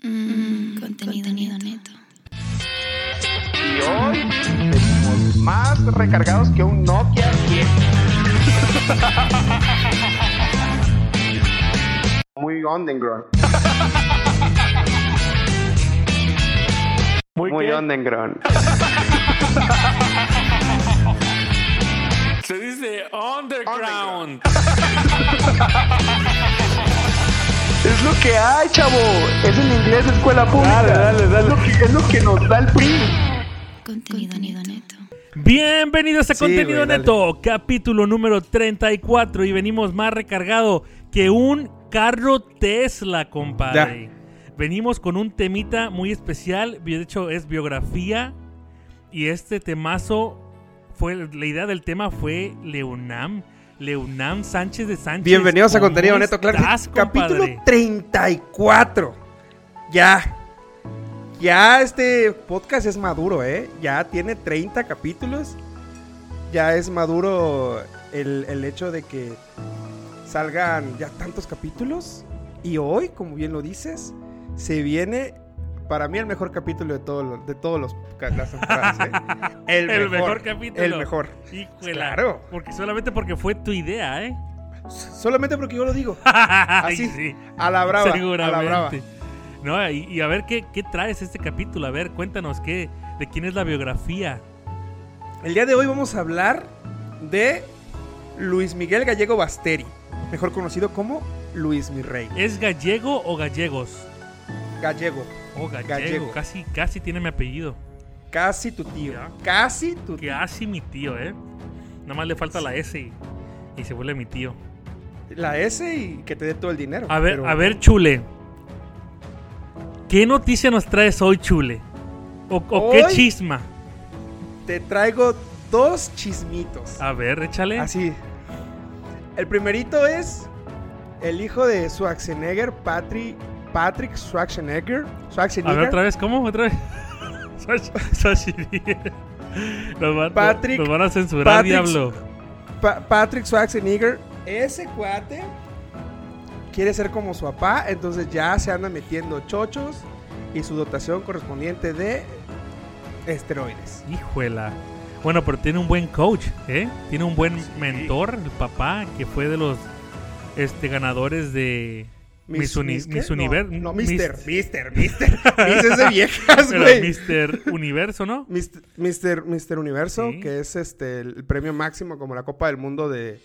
Contenido, Mm, Contenido neto. Y hoy tenemos más recargados que un Nokia 10. Muy underground. Muy, Muy qué? underground. Se dice underground. Es lo que hay, chavo. Es en inglés escuela pública. Dale, dale, dale. Es lo que, es lo que nos da el PRI. Contenido, neto. Bienvenidos a Sí, Contenido güey, dale. Neto, capítulo número 34 y venimos más recargado que un carro Tesla, compadre. Venimos con un temita muy especial, de hecho es biografía y este temazo fue la idea del tema fue Leonam, Leonam Sánchez de Sánchez. Bienvenidos a ¿Cómo Contenido Neto, claro. que estás, sí. compadre? Capítulo 34. Ya. Ya este podcast es maduro, ¿eh? Ya tiene 30 capítulos. Ya es maduro el, el hecho de que salgan ya tantos capítulos. Y hoy, como bien lo dices, se viene para mí el mejor capítulo de, todo lo- de todos los ca- las temporadas, ¿eh? El mejor capítulo. El mejor. Híjole, Claro. Porque solamente porque fue tu idea, ¿eh? Solamente porque yo lo digo. Ay, Así, a la brava. A la brava. Seguramente. No, y, y a ver ¿qué, qué traes este capítulo. A ver, cuéntanos qué, de quién es la biografía. El día de hoy vamos a hablar de Luis Miguel Gallego Basteri, mejor conocido como Luis Mirrey. ¿Es gallego o gallegos? Gallego, Oh, gallego. Gallego. Casi, casi tiene mi apellido. casi tu tío, Ya. casi tu tío. Casi mi tío, ¿eh? Nada más le falta la S y, y se vuelve mi tío. La S y que te dé todo el dinero. A ver, pero- a ver, Chule. ¿Qué noticia nos traes hoy, Chule? ¿O, o qué Hoy- chisma? Te traigo dos chismitos. A ver, échale. Así. El primerito es el hijo de Schwarzenegger, Patrick, Patrick Schwarzenegger. A ver, Schwarzenegger. otra vez, ¿cómo? ¿Otra vez? Sashi- Sashi. Nos van, Patrick- nos van a censurar, Patrick- diablo. Pa- Patrick Schwarzenegger, ese cuate quiere ser como su papá, entonces ya se anda metiendo chochos y su dotación correspondiente de esteroides. Hijuela. Bueno, pero tiene un buen coach, ¿eh? Tiene un buen mentor, el papá, que fue de los este, ganadores de Miss, Uni- Mister? Miss No, Universo. No, Mister, Mister, Mister. Miss es de viejas, Pero güey. Mister Universo, ¿no? Mister, Mister, Mister Universo, Sí. que es este el premio máximo como la Copa del Mundo de,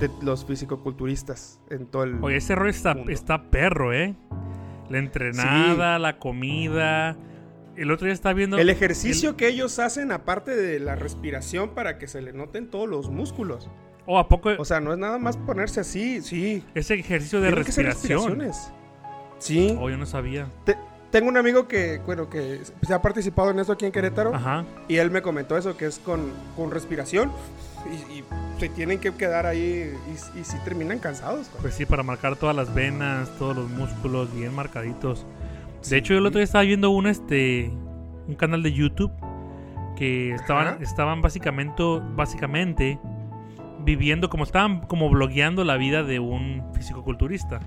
de los fisicoculturistas en todo el Oye, ese rollo está, mundo. está perro, ¿eh? La entrenada, la comida. El otro día está viendo. El ejercicio que ellos hacen, aparte de la respiración, para que se le noten todos los músculos. ¿O oh, a poco O sea, no es nada más ponerse así, sí. ese ejercicio de Tienen que ser respiración? respiraciones. Sí. Oh, yo no sabía. Te- tengo un amigo que, bueno, que se ha participado en eso aquí en Querétaro. Ajá. Y él me comentó eso, que es con, con respiración. Y, y se tienen que quedar ahí y, y sí terminan cansados. güey. Pues sí, para marcar todas las venas, todos los músculos bien marcaditos. De hecho, yo el otro día estaba viendo un este un canal de YouTube que estaban Ajá. estaban básicamente básicamente viviendo como estaban como blogueando la vida de un fisicoculturista.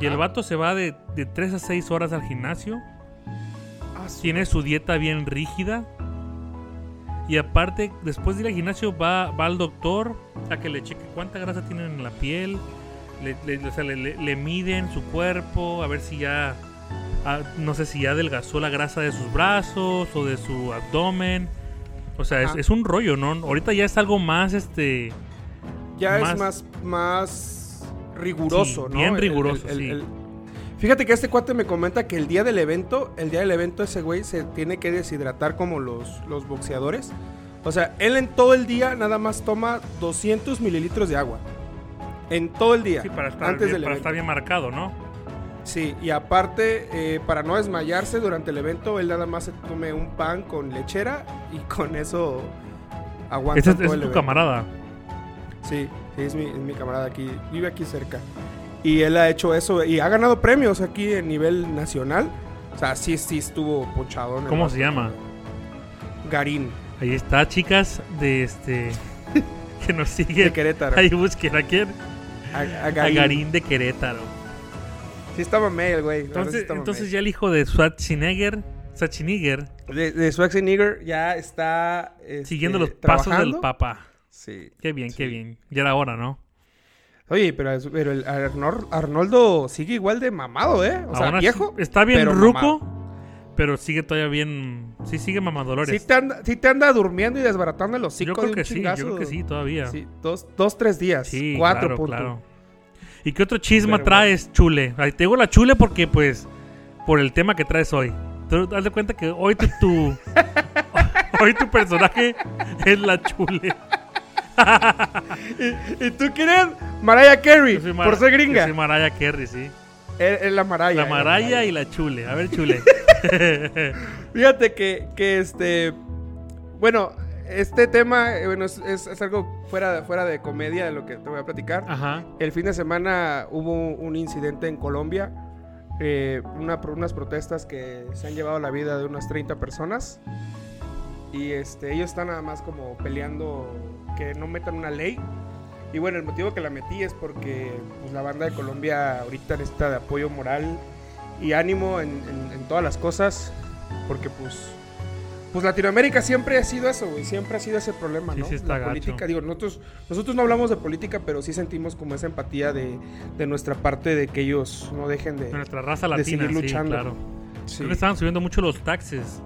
Y el Ajá. vato se va de, de 3 a 6 horas al gimnasio, Ah, su- tiene su dieta bien rígida. Y aparte, después de ir al gimnasio, va, va al doctor a que le cheque cuánta grasa tienen en la piel. Le, le- o sea, le- le- le miden su cuerpo, a ver si ya. ah, no sé si ya adelgazó la grasa de sus brazos o de su abdomen. O sea, es, Ajá. es un rollo, ¿no? Ahorita ya es algo más, este. ya es más- más, más riguroso, Sí, ¿no? bien El- riguroso, sí. Fíjate que este cuate me comenta que el día del evento, el día del evento ese güey se tiene que deshidratar como los, los boxeadores. O sea, él en todo el día nada más toma 200 mililitros de agua. En todo el día. Sí, para estar, antes bien, del para evento. estar bien marcado, ¿no? Sí, y aparte, eh, para no desmayarse durante el evento, él nada más se come un pan con lechera y con eso aguanta Ese es, todo ese el es tu evento. camarada. Sí, sí, es mi, es mi camarada aquí, vive aquí cerca. Y él ha hecho eso y ha ganado premios aquí en nivel nacional. O sea, sí, sí estuvo ponchado. ¿Cómo se llama? Garín, Ahí está, chicas, de este. que nos siguen. de Querétaro. Ahí busquen a quién. A, a A Garín. Garín de Querétaro. Sí estaba mamey el güey. la verdad, sí Entonces, está mamey. entonces ya el hijo de Schwarzenegger, Schwarzenegger De, de Schwarzenegger ya está... este, siguiendo los pasos trabajando. del papá. Sí. Qué bien, qué Sí. bien. Ya era hora, ¿no? Oye, pero, es- pero el Arnor- Arnoldo sigue igual de mamado, ¿eh? O sea, Ahora sí, viejo. Está bien pero ruco, mamado. pero sigue todavía bien. Sí, sigue Sí mamadolores. te, anda, sí te anda durmiendo y desbaratando los hocico yo de creo un que sí, yo chingazo. creo que sí, todavía. Sí, Sí, dos, dos, tres días. cuatro claro, puntos. claro. ¿Y qué otro chisma Pero bueno. traes, chule? Ay, te digo la chule porque, pues, por el tema que traes hoy. Tú haz de cuenta que hoy tu, tu- hoy tu personaje es la chule. ¿Y, y tú quién eres? Mariah Carey, Yo soy por Mara- ser yo gringa. soy Mariah Carey, sí. Es, es la Mariah. La es Maraya y la Chule. A ver, Chule. Fíjate que, que este. Bueno, este tema eh, bueno, es, es- es algo fuera, fuera de comedia de lo que te voy a platicar. Ajá. El fin de semana hubo un incidente en Colombia, eh, una, pro- unas protestas que se han llevado la vida de unas 30 personas. Y este, ellos están nada más como peleando que no metan una ley. Y bueno, el motivo que la metí es porque pues, la banda de Colombia ahorita necesita de apoyo moral y ánimo en, en- en todas las cosas. Porque pues, pues Latinoamérica siempre ha sido eso, güey. Siempre ha sido ese problema, Sí, ¿no? sí está la gacho. política, digo, nosotros, nosotros no hablamos de política, pero sí sentimos como esa empatía de, de nuestra parte de que ellos no dejen de... De nuestra raza de seguir latina, sí, luchando. claro. sí. Creo que estaban subiendo mucho los taxes.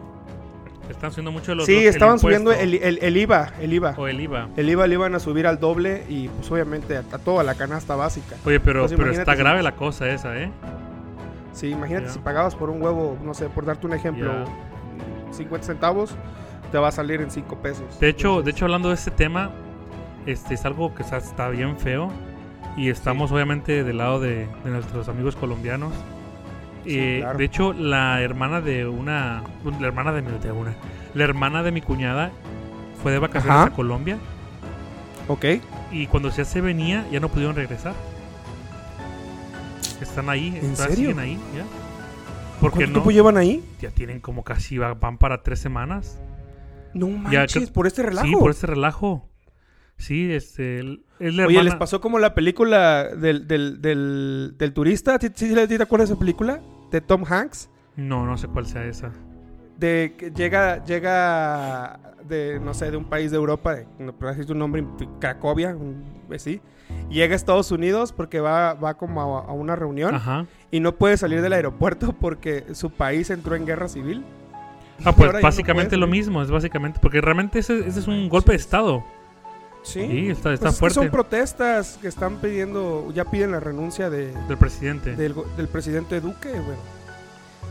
Estaban subiendo mucho los Sí, los- el estaban impuesto subiendo el, el- el IVA, el IVA. O el IVA. El IVA le iban a subir al doble y pues obviamente a, a toda la canasta básica. Oye, pero, Pues pero está imagínate si- grave la cosa esa, ¿eh? Sí, imagínate Ya. si pagabas por un huevo, no sé, por darte un ejemplo, 50 centavos, te va a salir en 5 pesos. De hecho, de hecho hablando de este tema, este es algo que o sea, está bien feo y estamos obviamente del lado de, de nuestros amigos colombianos. Sí, Eh, claro. De hecho, la hermana de una, la hermana de mi, de una, la hermana de mi cuñada fue de vacaciones Ajá. a Colombia Ok. y cuando ya se venía ya no pudieron regresar. Están ahí, ¿En están- serio? siguen ahí, ya. Porque ¿Cuánto no, tiempo llevan ahí? ya tienen como casi va- van para tres semanas. No Ya, manches, creo- por este relajo. Sí, por este relajo. Sí, este. el- Es la Oye, ¿les hermana- pasó como la película del, del, del, del turista? ¿Sí, sí, sí, te acuerdas de esa película? De Tom Hanks. No, no sé cuál sea esa. De que llega, llega de, no sé, de un país de Europa, de, no, por decirte un nombre, Cracovia, un- así. Llega a Estados Unidos porque va, va como a, a una reunión Ajá. ¿Ah? y no puede salir del aeropuerto porque su país entró en guerra civil. Ah, ahora ya pues no básicamente puedes, lo güey. mismo, es básicamente. Porque realmente ese, ese es un golpe de Estado. Sí. Sí, está, está Pues es que fuerte. son protestas que están pidiendo, ya piden la renuncia de, Del presidente. del, go- del presidente Duque, bueno.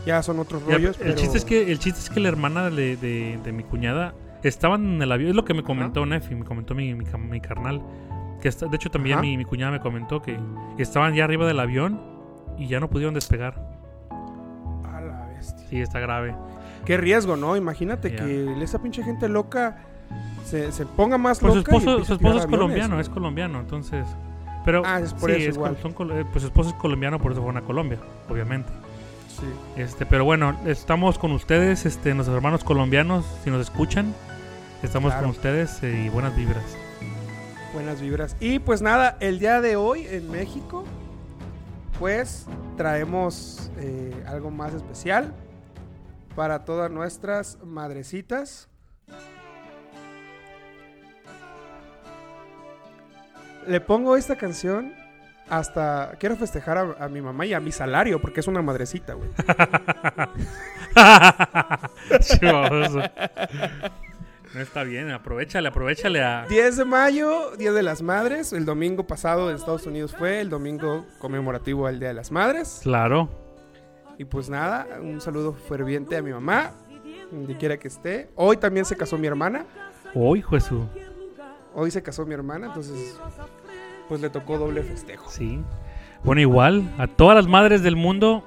Ya son otros Ya, rollos. el, pero- chiste es que, el chiste es que la hermana de, de- de mi cuñada estaban en el avión. Es lo que me comentó Nefi, me comentó mi, mi, ca- mi carnal. Que está- de hecho, también Ajá. mi, mi cuñada me comentó que estaban ya arriba del avión y ya no pudieron despegar. A la bestia. Sí, está grave. Qué riesgo, ¿no? Imagínate Ya. que esa pinche gente loca se, se ponga más Pues su loca. y esposo, empiece su a esposo tirar es aviones. colombiano, es colombiano, entonces. Pero Ah, es por sí, eso es igual. col- son col- eh, pues su esposo es colombiano, por eso fueron a Colombia, obviamente. Sí. Este, pero bueno, estamos con ustedes, este, nuestros hermanos colombianos, si nos escuchan, estamos Claro. con ustedes eh, y buenas vibras. Buenas vibras. Y pues nada, el día de hoy en México, pues traemos eh, algo más especial para todas nuestras madrecitas. Le pongo esta canción hasta... Quiero festejar a, a mi mamá y a mi salario, porque es una madrecita, güey. Sí, baboso. no está bien, aprovechale, aprovechale a 10 de mayo, Día de las Madres. El domingo pasado en Estados Unidos fue el domingo conmemorativo al Día de las Madres. Claro. Y pues nada, un saludo ferviente a mi mamá, donde quiera que esté. Hoy también se casó mi hermana, Oh, hijo de su. hoy se casó mi hermana, entonces pues le tocó doble festejo. Sí. Bueno, igual, a todas las madres del mundo,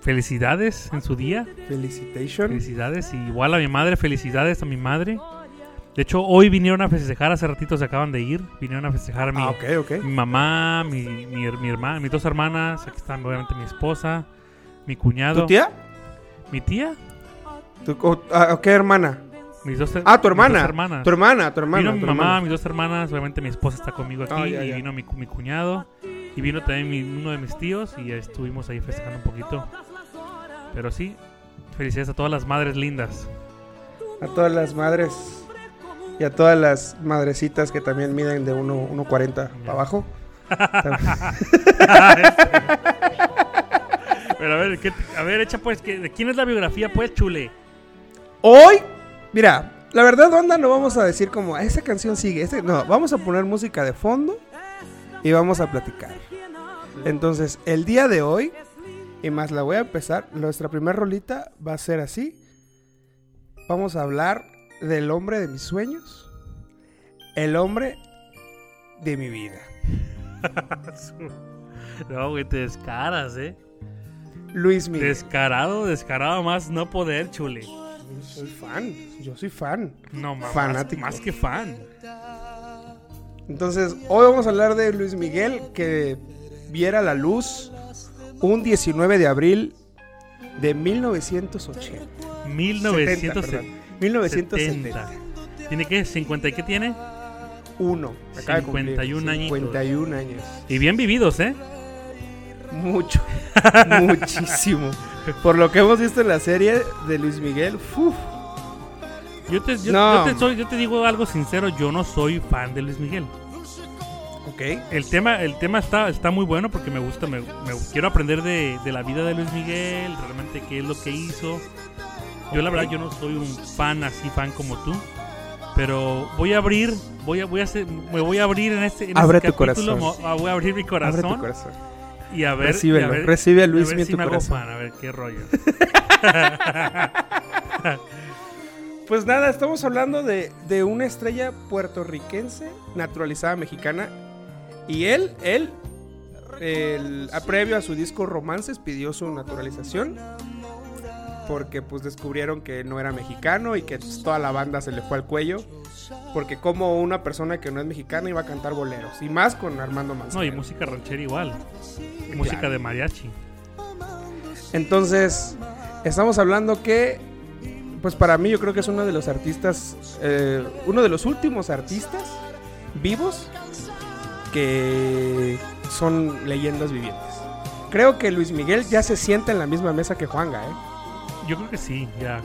felicidades en su día. Felicitation. Felicidades, y igual a mi madre, felicidades a mi madre. De hecho, hoy vinieron a festejar, hace ratito se acaban de ir, vinieron a festejar a mi, Ah, ok, ok. mi mamá, mi, mi, her- mi hermana, mis dos hermanas, aquí están obviamente mi esposa, mi cuñado, ¿Tu tía? mi tía, ¿Tu, o- ah, ¿Qué hermana? mis dos her- Ah, tu mis hermana. dos hermanas. Tu hermana, tu hermana. vino mi tu mamá, hermana. mis dos hermanas, obviamente mi esposa está conmigo aquí Ah, ya, y ya. vino mi, cu- mi cuñado Y vino también mi- uno de mis tíos y estuvimos ahí festejando un poquito. Pero sí, felicidades a todas las madres lindas. A todas las madres y a todas las madrecitas que también miden de 1 1.40 para abajo. Pero a ver, ¿qué- a ver, echa pues, que- ¿de quién es la biografía, pues, chule? Hoy, mira, la verdad, onda, no vamos a decir como esa canción sigue. Este, no, vamos a poner música de fondo y vamos a platicar. Entonces, el día de hoy, y más la voy a empezar, nuestra primera rolita va a ser así. Vamos a hablar del hombre de mis sueños, el hombre de mi vida. No, güey, te descaras, ¿eh? Luis Miguel. Descarado, descarado más no poder, chule. Soy fan, yo soy fan. No, más, Fanático. más que fan. Entonces, hoy vamos a hablar de Luis Miguel que viera la luz un 19 de abril de 1980. 70, 1970. perdón. 1971. ¿Tiene qué? ¿50 y qué tiene? Acaba de cumplir 51 añitos. 51 años. Y bien vividos, ¿eh? Mucho, muchísimo. Por lo que hemos visto en la serie de Luis Miguel, ¡fuf! Yo te, yo- No. yo te soy- yo te digo algo sincero, yo no soy fan de Luis Miguel. ok. El tema, el tema está, está muy bueno porque me gusta, me, me- quiero aprender de, de la vida de Luis Miguel, realmente qué es lo que hizo. Yo la verdad yo no soy un fan así fan como tú, pero voy a abrir, voy a, voy a hacer- me voy a abrir en este, en Abre este tu capítulo, corazón. mo- ah, voy a abrir mi Abre corazón, tu corazón. y a ver, y a Recíbelo, ver- recibe a Luis ver en si tu me hago corazón. fan, a ver qué rollo. Pues nada, estamos hablando de, de una estrella puertorriquense naturalizada mexicana. Y él, él, el- a previo a su disco Romances, pidió su naturalización. Porque pues descubrieron que no era mexicano y que pues, toda la banda se le fue al cuello. Porque como una persona que no es mexicana iba a cantar boleros. Y más con Armando No, y Manzanero. música ranchera igual, música de mariachi. Entonces, estamos hablando que, pues para mí yo creo que es uno de los artistas, eh, uno de los últimos artistas vivos que son leyendas vivientes. Creo que Luis Miguel ya se sienta en la misma mesa que Juanga, ¿eh? Yo creo que sí, ya.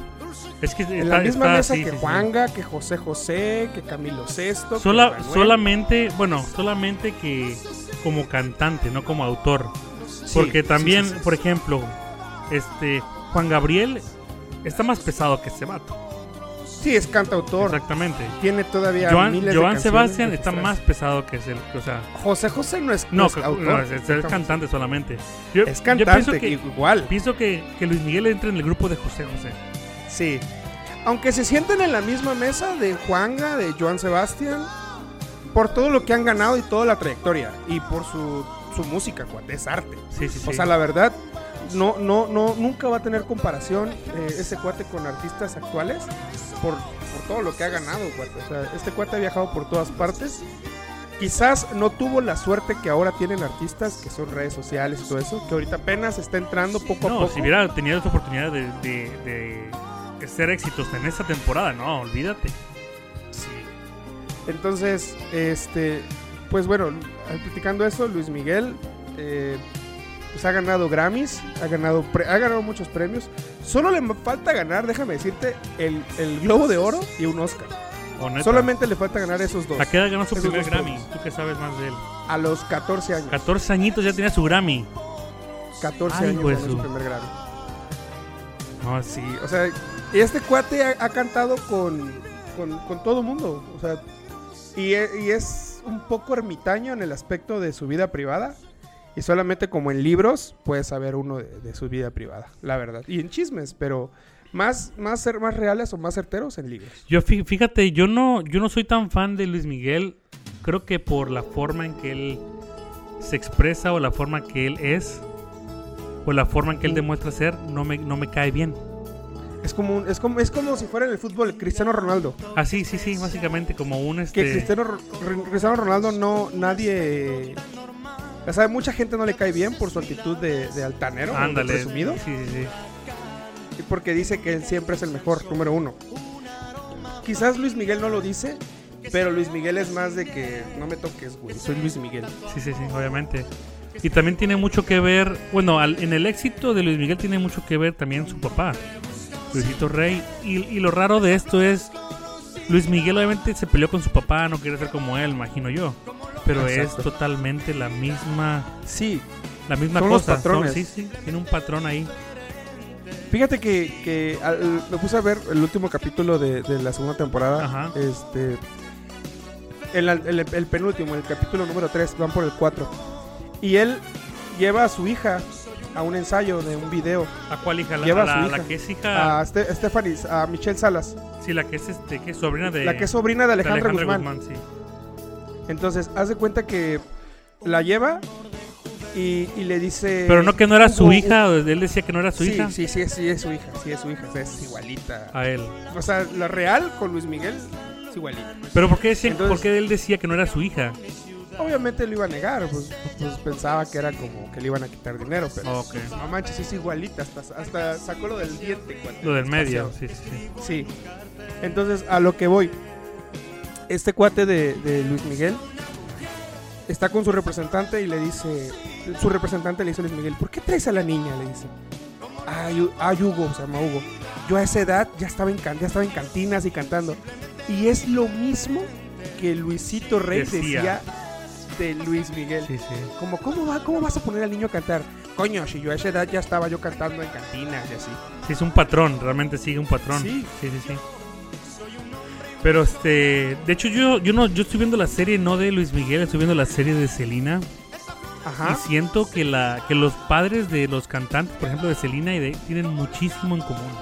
Es que En la misma mesa que Juanga, que José José, que Camilo VI. Sola- que Manuel. solamente, bueno, solamente que como cantante, no como autor. Sí, Porque sí, también, sí, sí. por ejemplo, este Juan Gabriel está más pesado que este vato. Sí, es cantautor. Exactamente. Tiene todavía Joan, miles de Joan canciones Sebastián está registradas. más pesado que es el, o sea, José José no es, no no, es que- autor. no, es, es cantante solamente. Yo, Es yo cantante, pienso que, igual. pienso que, que Luis Miguel entra en el grupo de José José. Sí. Aunque se sienten en la misma mesa de Juanga, de Joan Sebastián, por todo lo que han ganado y toda la trayectoria. Y por su, su música, cuate, es arte. Sí, sí, sí. O sea, la verdad, no, no, no, nunca va a tener comparación eh, ese cuate con artistas actuales por, por todo lo que ha ganado, cuate. O sea, este cuate ha viajado por todas partes. Quizás no tuvo la suerte que ahora tienen artistas que son redes sociales y todo eso, que ahorita apenas está entrando poco a no, poco. si hubiera tenido esa oportunidad de, de- de ser éxitos en esta temporada, no, olvídate. Entonces, este, pues bueno, platicando eso, Luis Miguel eh, pues ha ganado Grammys, ha ganado, pre- ha ganado muchos premios. Solo le falta ganar, déjame decirte, el, el Globo de Oro y un Oscar. ¿O neta? Solamente le falta ganar esos dos. ¿A qué edad ganó su Esos primer dos Grammy? juegos. Tú que sabes más de él. A los 14 años. 14 añitos ya tenía su Grammy. 14 Ay, años pues, ganó su su- primer Grammy. No, sí. Y, o sea, este cuate ha, ha cantado con, con, con todo mundo. O sea, y, e- y es un poco ermitaño en el aspecto de su vida privada. Y solamente como en libros puedes saber uno de, de su vida privada, la verdad. Y en chismes, pero más, más, ser, más reales o más certeros en libros. Yo fí- fíjate, yo no, yo no soy tan fan de Luis Miguel. Creo que por la forma en que él se expresa o la forma que él es o la forma en que él demuestra ser no me, no me cae bien. Es como, un- es como, es como si fuera en el fútbol Cristiano Ronaldo. Así, Ah, sí, sí, básicamente como un Que este. Cristiano, Ro- Cristiano Ronaldo no, nadie... O sea, mucha gente no le cae bien por su actitud de, de altanero, o de Ándale. presumido. Sí, sí, sí. Y porque dice que él siempre es el mejor, número uno. Quizás Luis Miguel no lo dice, pero Luis Miguel es más de que no me toques, güey. Soy Luis Miguel. Sí, sí, sí, obviamente. Y también tiene mucho que ver, bueno, al- en el éxito de Luis Miguel tiene mucho que ver también su papá, Luisito Rey. Y, y lo raro de esto es, Luis Miguel obviamente se peleó con su papá, no quiere ser como él, imagino yo. Pero Exacto. es totalmente la misma, Sí, la misma Son los cosa. patrones. sí, sí, tiene un patrón ahí. Fíjate que, que al- me puse a ver el último capítulo de, de la segunda temporada. Ajá. Este. El, el- el penúltimo, el capítulo número 3, van por el 4. Y él lleva a su hija a un ensayo de un video. ¿A cuál hija? La, Lleva a la- su hija. Ah. la que es hija, A, Ste- Stephanie, a Michelle Salas, sí, la que es este, que es sobrina de, la que es sobrina de de Alejandra, Guzmán. sí. Entonces, haz de cuenta que la lleva y, y le dice. Pero no que no era su Hugo, hija, o él decía que no era su Eh, sí, hija Ah. Sí, sí, sí, es su hija. Sí, es su hija. o sea, es igualita. a él. O sea, la real con Luis Miguel es igualita. Pero ¿por qué, decía- Entonces- por qué él decía que no era su hija? Obviamente lo iba a negar, pues, pues pensaba que era como que le iban a quitar dinero, pero Ok. no manches, es igualita, hasta, hasta sacó lo del diente. cuate, Lo del medio, espaciado. sí, sí, sí. Sí. Entonces, a lo que voy, este cuate de, de Luis Miguel está con su representante y le dice, su representante le dice a Luis Miguel, ¿por qué traes a la niña? Le dice. Ay, Hu- ay, Hugo, se llama Hugo. Yo a esa edad ya estaba en, can- ya estaba en cantinas y cantando. Y es lo mismo que Luisito Rey Decía. decía, de Luis Miguel. Sí, sí. Como, ¿cómo, va, ¿cómo vas a poner al niño a cantar? Coño, si yo a esa edad ya estaba yo cantando en cantinas y así. Sí, es un patrón, realmente sigue un patrón. Sí. sí, sí. sí. Pero este, de hecho yo yo no yo estoy viendo la serie no de Luis Miguel, estoy viendo la serie de Selena y Ajá. siento que la que los padres de los cantantes, por ejemplo de Selena y de tienen muchísimo en común.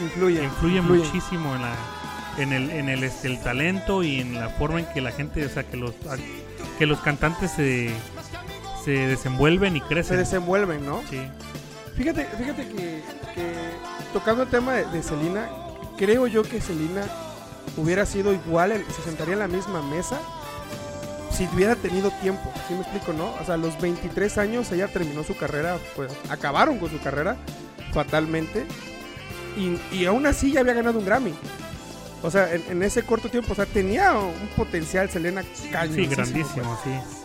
Influye. Influye, muchísimo en la en el en el, este, el talento y en la forma en que la gente, o sea, que los que los cantantes se se desenvuelven y Se crecen. desenvuelven, ¿no? Sí. Fíjate, fíjate que, que tocando el tema de, de Selena, creo yo que Selena hubiera sido igual, en- se sentaría en la misma mesa si hubiera tenido tiempo. ¿Sí me explico, no? O sea, a los 23 años ella terminó su carrera, pues acabaron con su carrera fatalmente y, y aún así ya había ganado un Grammy. O sea, en, en ese corto tiempo, o sea, tenía un potencial Selena Sí, cañoncísimo, grandísimo, sí. pues.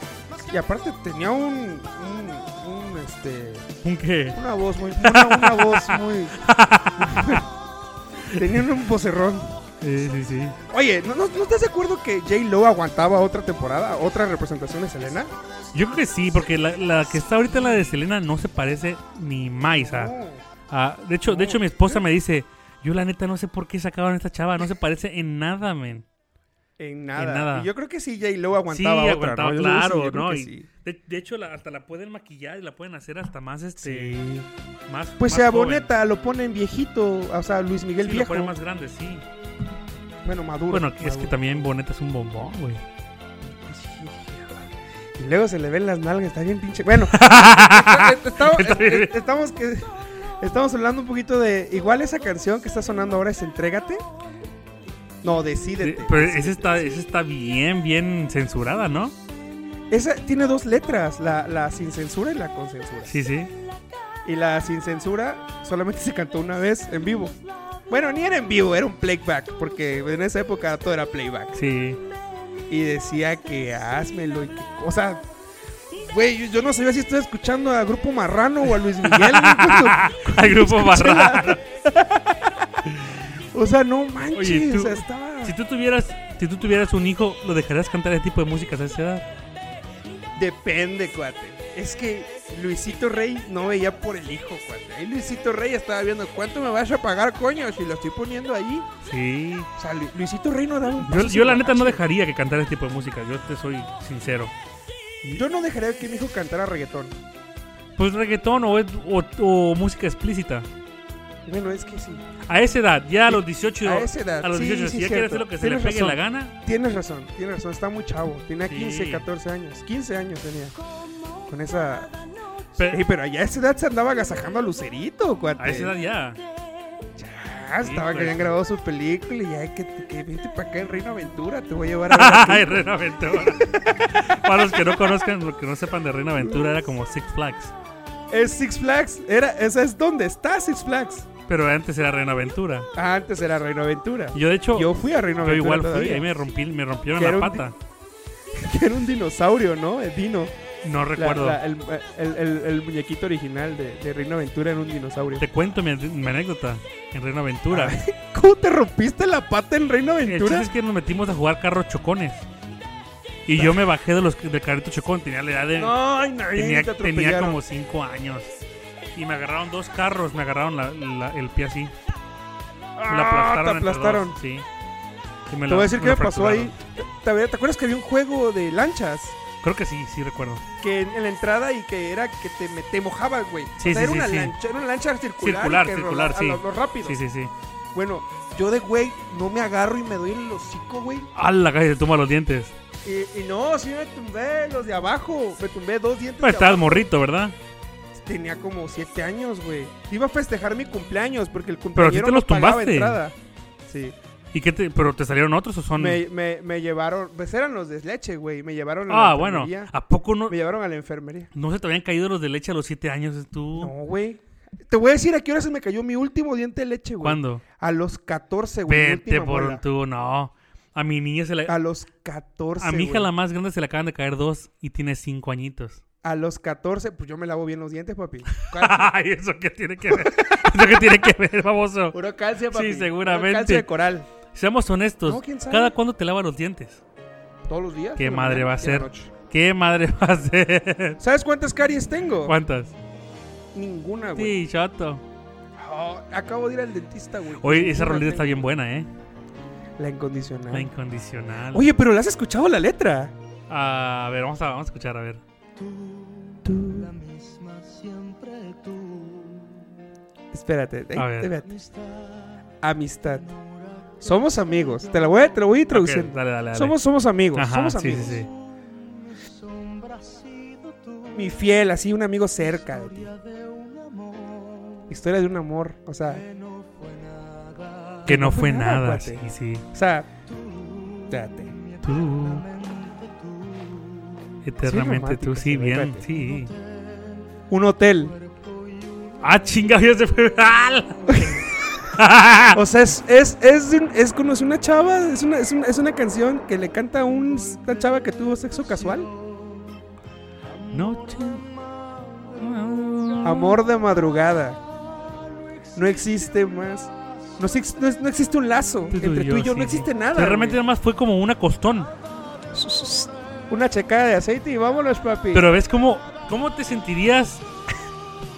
Y aparte tenía un, un, un este, ¿Un qué? una voz muy. Una, una voz muy. Tenían un vocerrón. eh, Sí, sí, sí. Oye, ¿no, no, no estás de acuerdo que J. Lo aguantaba otra temporada, otra representación de Selena? Yo creo que sí, porque la, la que está ahorita la de Selena no se parece ni más a, a- de hecho, de hecho mi esposa me dice, yo la neta no sé por qué sacaron a esta chava, no se parece en nada, men. En nada. En nada. Y Yo creo que sí, J. Lo Sí, aguantaba otra. aguantaba, ¿no? Yo creo que sí, claro, yo creo ¿no? que Y sí. de, de hecho, la- hasta la pueden maquillar y la pueden hacer hasta más, este, Sí. más Pues más sea joven. Boneta, lo ponen viejito, o sea, Luis Miguel Sí, lo viejo. ponen más grande, sí. Bueno, maduro. Bueno, es que maduro. también Boneta es un bombón, güey. Y luego se le ven las nalgas, está bien pinche. Bueno, estamos, Está bien. estamos que estamos hablando un poquito de igual esa canción que está sonando ahora es Entrégate. No, decídete. Pero esa está, esa está bien, bien censurada, ¿no? Esa tiene dos letras, la, la sin censura y la con censura. Sí, sí. Y la sin censura solamente se cantó una vez en vivo. Bueno, ni era en vivo, era un playback, porque en esa época todo era playback. Sí. y decía que házmelo y que, o sea, güey, yo, yo no sabía si estoy escuchando a Grupo Marrano o a Luis Miguel. güey, cuando- Al grupo escuché la- barra. o sea, no manches, Oye, tú- o sea, estaba Si tú tuvieras, si tú tuvieras un hijo, ¿lo dejarías cantar ese tipo de música a esa edad? depende, cuate. Es que Luisito Rey no veía por el hijo, cuate. Ahí Luisito Rey estaba viendo cuánto me vas a pagar, coño, si lo estoy poniendo ahí. Sí. O sea, Lu- Luisito Rey no daba un Yo, paso yo la neta no sin dejaría que cantara ese tipo de música, yo te soy sincero. marcha. Yo no dejaría que mi hijo cantara reggaetón. Pues reggaetón o, es- o- o música explícita. Bueno, es que sí. A esa edad, ya a los 18, A esa edad, a los sí, 18, sí, si ya quiere cierto. hacer lo que se le Tienes pegue razón. la gana, Tienes razón, tienes razón, está muy chavo. Tenía Sí. 15, 14 años. 15 años tenía. Con esa. pe- Ey, pero allá a esa edad se andaba agasajando a Lucerito, cuate. a esa edad ya. Ya, Ah, estaba Sí, que habían pues. grabado su película y ya que, que vente para acá en Reino Aventura, te voy a llevar a. Ay, Reina Aventura. Para los que no conozcan, los que no sepan de Reina Aventura, era como Six Flags. es Six Flags, era, esa es donde está Six Flags. Pero antes era Reina Aventura. Ah, antes era Reino Aventura. Yo, de hecho, yo, Yo fui a Reino Aventura. igual fui, todavía. ahí me, rompí, me Que rompieron la era un di- pata. Que era un dinosaurio, ¿no? El Dino. No La- recuerdo. la- el, el- el- el muñequito original de, de Reino Aventura era un dinosaurio. Te cuento mi, mi anécdota en Reino Ah, Aventura. ¿Cómo te rompiste la pata en Reino El chiste Aventura? es que nos metimos a jugar carros chocones. Y yo me bajé de los, del carrito chocón. Tenía la edad de. Ah. No, ay, no, eh, tenía, tenía te atropellaron. como 5 años. Y me agarraron dos carros. Me agarraron la- la- el pie así. Me lo Ah, aplastaron. te entre dos, aplastaron. sí. Y me Te lo- voy a decir qué lo me pasó ahí. fracturaron. ¿Te, te acuerdas que había un juego de lanchas? Creo que sí, sí recuerdo. Que en, en la entrada y que era que te, me- te mojabas, güey. O Sí, sea, sí, era, sí, una sí. lancha, era una lancha circular. Circular, que circular, rola- a sí. Lo, lo rápido. Sí, sí, sí. Bueno, yo de güey no me agarro y me doy el hocico, güey. ¡A la calle te toma los dientes! Y, y no, sí me tumbé los de abajo. Me tumbé dos dientes. Pues de estabas abajo. morrito, ¿verdad? Tenía como siete años, güey. Iba a festejar mi cumpleaños porque el Pero cumpleaños sí te los tumbaste. entrada. Sí. ¿Y qué te, ¿Pero te salieron otros o son.? Me, me, me llevaron, pues eran los de leche, güey. Me llevaron a la ah, bueno. enfermería. ¿A poco no, Me llevaron a la enfermería. no se te habían caído los de leche a los 7 años tú? No, güey. Te voy a decir a qué hora se me cayó mi último diente de leche, güey. ¿Cuándo? A los 14, güey. mi Vete última por muela. tú, no. A mi niña se A la. los 14. A mi hija güey. la más grande se le acaban de caer dos y tiene cinco añitos. A los 14, pues yo me lavo bien los dientes, papi. Calcio. Ay, ¿eso qué tiene que ver? ¿Eso qué tiene que ver, famoso? Puro calcio, papi. Sí, seguramente. Puro calcio de coral. Seamos honestos. No, ¿quién sabe? ¿Cada cuándo te lava los dientes? Todos los días. ¿Qué en la madre mañana va a y en ser? la noche. ¿Qué madre va a ser? ¿Sabes cuántas caries tengo? ¿Cuántas? Ninguna, Ah, güey. Sí, chato. Oh, acabo de ir al dentista, güey. Oye, esa Ninguna rolita está tengo. bien buena, ¿eh? La incondicional. La incondicional. Oye, pero ¿la has escuchado la letra? A ver, vamos a, vamos a escuchar, a ver. Tú. Espérate, eh, A ver. espérate. Amistad. Somos amigos. Te la voy a, te la voy a introducir. Ok, dale, dale, dale. Somos, somos amigos. Ajá, somos sí, amigos. sí, sí. Mi fiel, así un amigo cerca de ti. Historia de un amor. O sea, Que no fue nada. Sí, cuate. sí. o sea. Espérate. Tú. Eternamente tú, romántico, sí, se ve, bien, espérate. sí. Un hotel. Ah, chinga, ya se fue. O sea, es, es, es, de un- es como es una chava. Es una, es, una, es una canción que le canta a un, una chava que tuvo sexo casual. Noche. Amor de madrugada. No existe más. No, exi- no- no existe un lazo Tú entre tú y yo. sí, no sí. existe O nada. sea, realmente güey. nada más fue como una costón. Una checada de aceite y vámonos, papi. Pero ves cómo, cómo te sentirías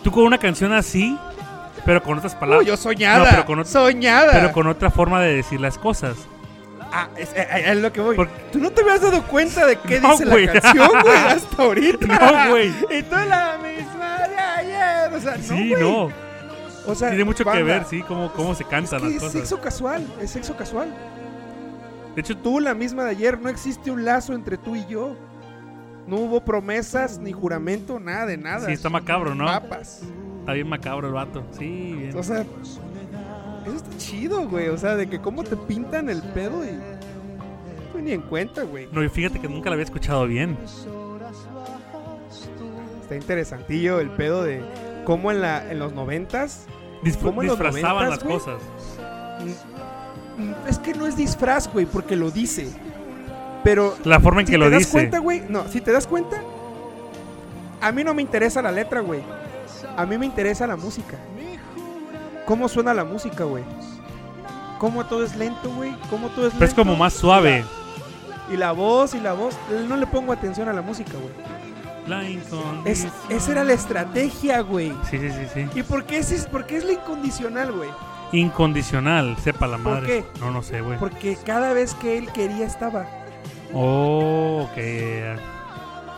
tú con una canción así, pero con otras No, palabras. yo soñada. No, pero con otro- soñada. pero con otra forma de decir las cosas. Ah, es, eh, eh, es lo que voy. Porque- Tú no te habías dado cuenta de qué No, dice güey. la canción, güey, hasta ahorita. No, güey. Y tú la misma de ayer. O sea, no, Sí, güey. no. O sea, Tiene mucho que banda, ver, sí, cómo, cómo se cantan las Es, que es cosas. sexo casual, es sexo casual. De hecho, tú. Tú la misma de ayer, no existe un lazo entre tú y yo. No hubo promesas, ni juramento, nada de nada. Sí, está macabro, ¿no? Papas. Está bien macabro el vato. Sí, bien. O sea, eso está chido, güey. O sea, de que cómo te pintan el pedo y. Tú ni en cuenta, güey. No, y fíjate que nunca la había escuchado bien. Está interesantillo el pedo de cómo en, la, en los noventas. Disf- ¿Cómo en los disfrazaban las noventas, güey? cosas. mm, Es que no es disfraz, güey, porque lo dice. Pero La forma en si que lo te das dice. cuenta, güey, no, si te das cuenta, a mí no me interesa la letra, güey. A mí me interesa la música. ¿Cómo suena la música, güey? ¿Cómo todo es lento, güey? ¿Cómo todo es Pero es lento? como más suave. Y la voz, y la voz. No le pongo atención a la música, güey. La incondicional. Es, esa era la estrategia, güey. Sí, sí, sí, sí. ¿Y por qué, es, por qué es la incondicional, güey? Incondicional, sepa la ¿Por madre. qué? No, no sé, güey. Porque cada vez que él quería estaba. Oh, ok.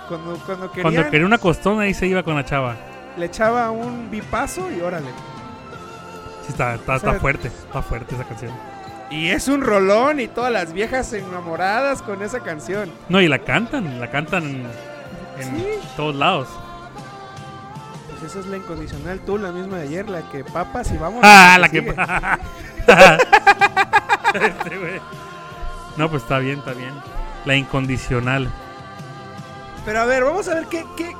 Cuando, cuando quería, Cuando quería una costona, ahí se iba con la chava. le echaba un bipazo y órale. Sí, está, está, O sea, está fuerte. Está fuerte esa canción. Y es un rolón y todas las viejas enamoradas con esa canción. No, y la cantan. La cantan en, en Sí. todos lados. Pues esa es la incondicional, tú, la misma de ayer, la que papas y vamos. ¡Ah! La que. Este güey. No, pues está bien, está bien. La incondicional. Pero a ver, vamos a ver qué, qué,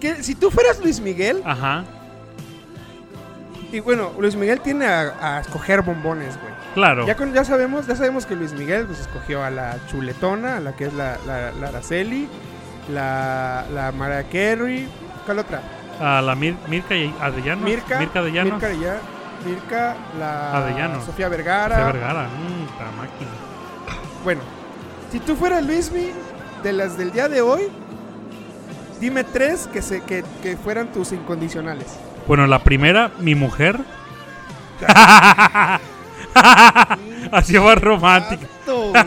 qué- Si tú fueras Luis Miguel, Ajá. y bueno, Luis Miguel tiene a, a escoger bombones, güey. Claro. Ya, con- ya sabemos, ya sabemos que Luis Miguel pues escogió a la chuletona, a la que es la, la, la Araceli, la, la Mariah Carey. ¿Cuál otra? A la Mir- Mirka y Adriano. Mirka. Mirka Adriano. Mirka Adellano, Mirka, la Adellano. Sofía Vergara. Sofía Vergara. Mm, ta máquina. Bueno, si tú fueras Luismi, de las del día de hoy, dime tres que, se, que, que fueran tus incondicionales. Bueno, la primera, mi mujer. Así más romántica. Exacto, güey.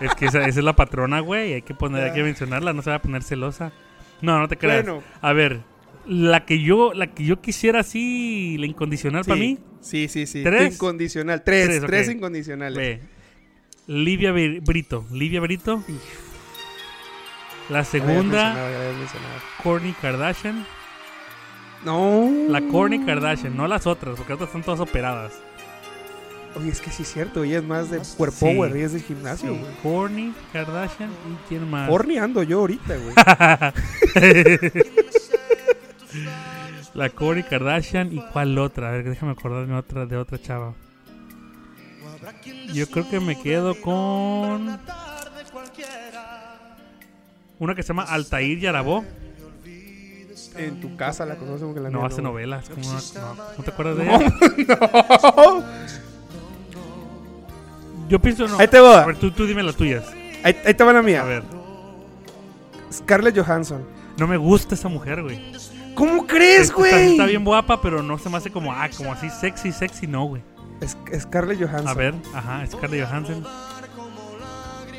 Es que esa, esa es la patrona, güey. Hay que poner, hay que mencionarla, no se va a poner celosa. No, no te creas. Bueno. A ver, la que yo, la que yo quisiera así, la incondicional para Sí, mí, Sí, sí, sí. ¿Tres? Incondicional. Tres, Tres, tres, ok. incondicionales. ve, Livia Bri- Brito. Livia Brito. La Ya habías segunda, mencionado, ya habías mencionado. Kourtney Kardashian. No. La Kourtney Kardashian, no las otras, porque las otras están todas operadas. Oye, es que sí es cierto. Ella es más de cuerpo, Sí. power. Ella es de gimnasio, Sí, Ah. güey. Kourtney Kardashian y quién más. Horneando yo ahorita, güey. La Kourtney Kardashian y cuál otra. A ver, déjame acordarme otra de otra chava. Yo creo que me quedo con una que se llama Altair Yarabó. en tu casa la conocemos que la No mía hace güey. novelas. como una- no, ¿no te acuerdas de ella? Yo pienso no. Ahí te va. A ver, tú, tú dime las tuyas. Ahí, ahí te va la mía. A ver. Scarlett Johansson. No me gusta esa mujer, güey. ¿Cómo crees, Está- Este Está, güey? bien guapa, pero no se me hace como, ah, como así sexy, sexy, no, güey. Es, Scarlett Johansson. A ver, ajá, Scarlett Johansson.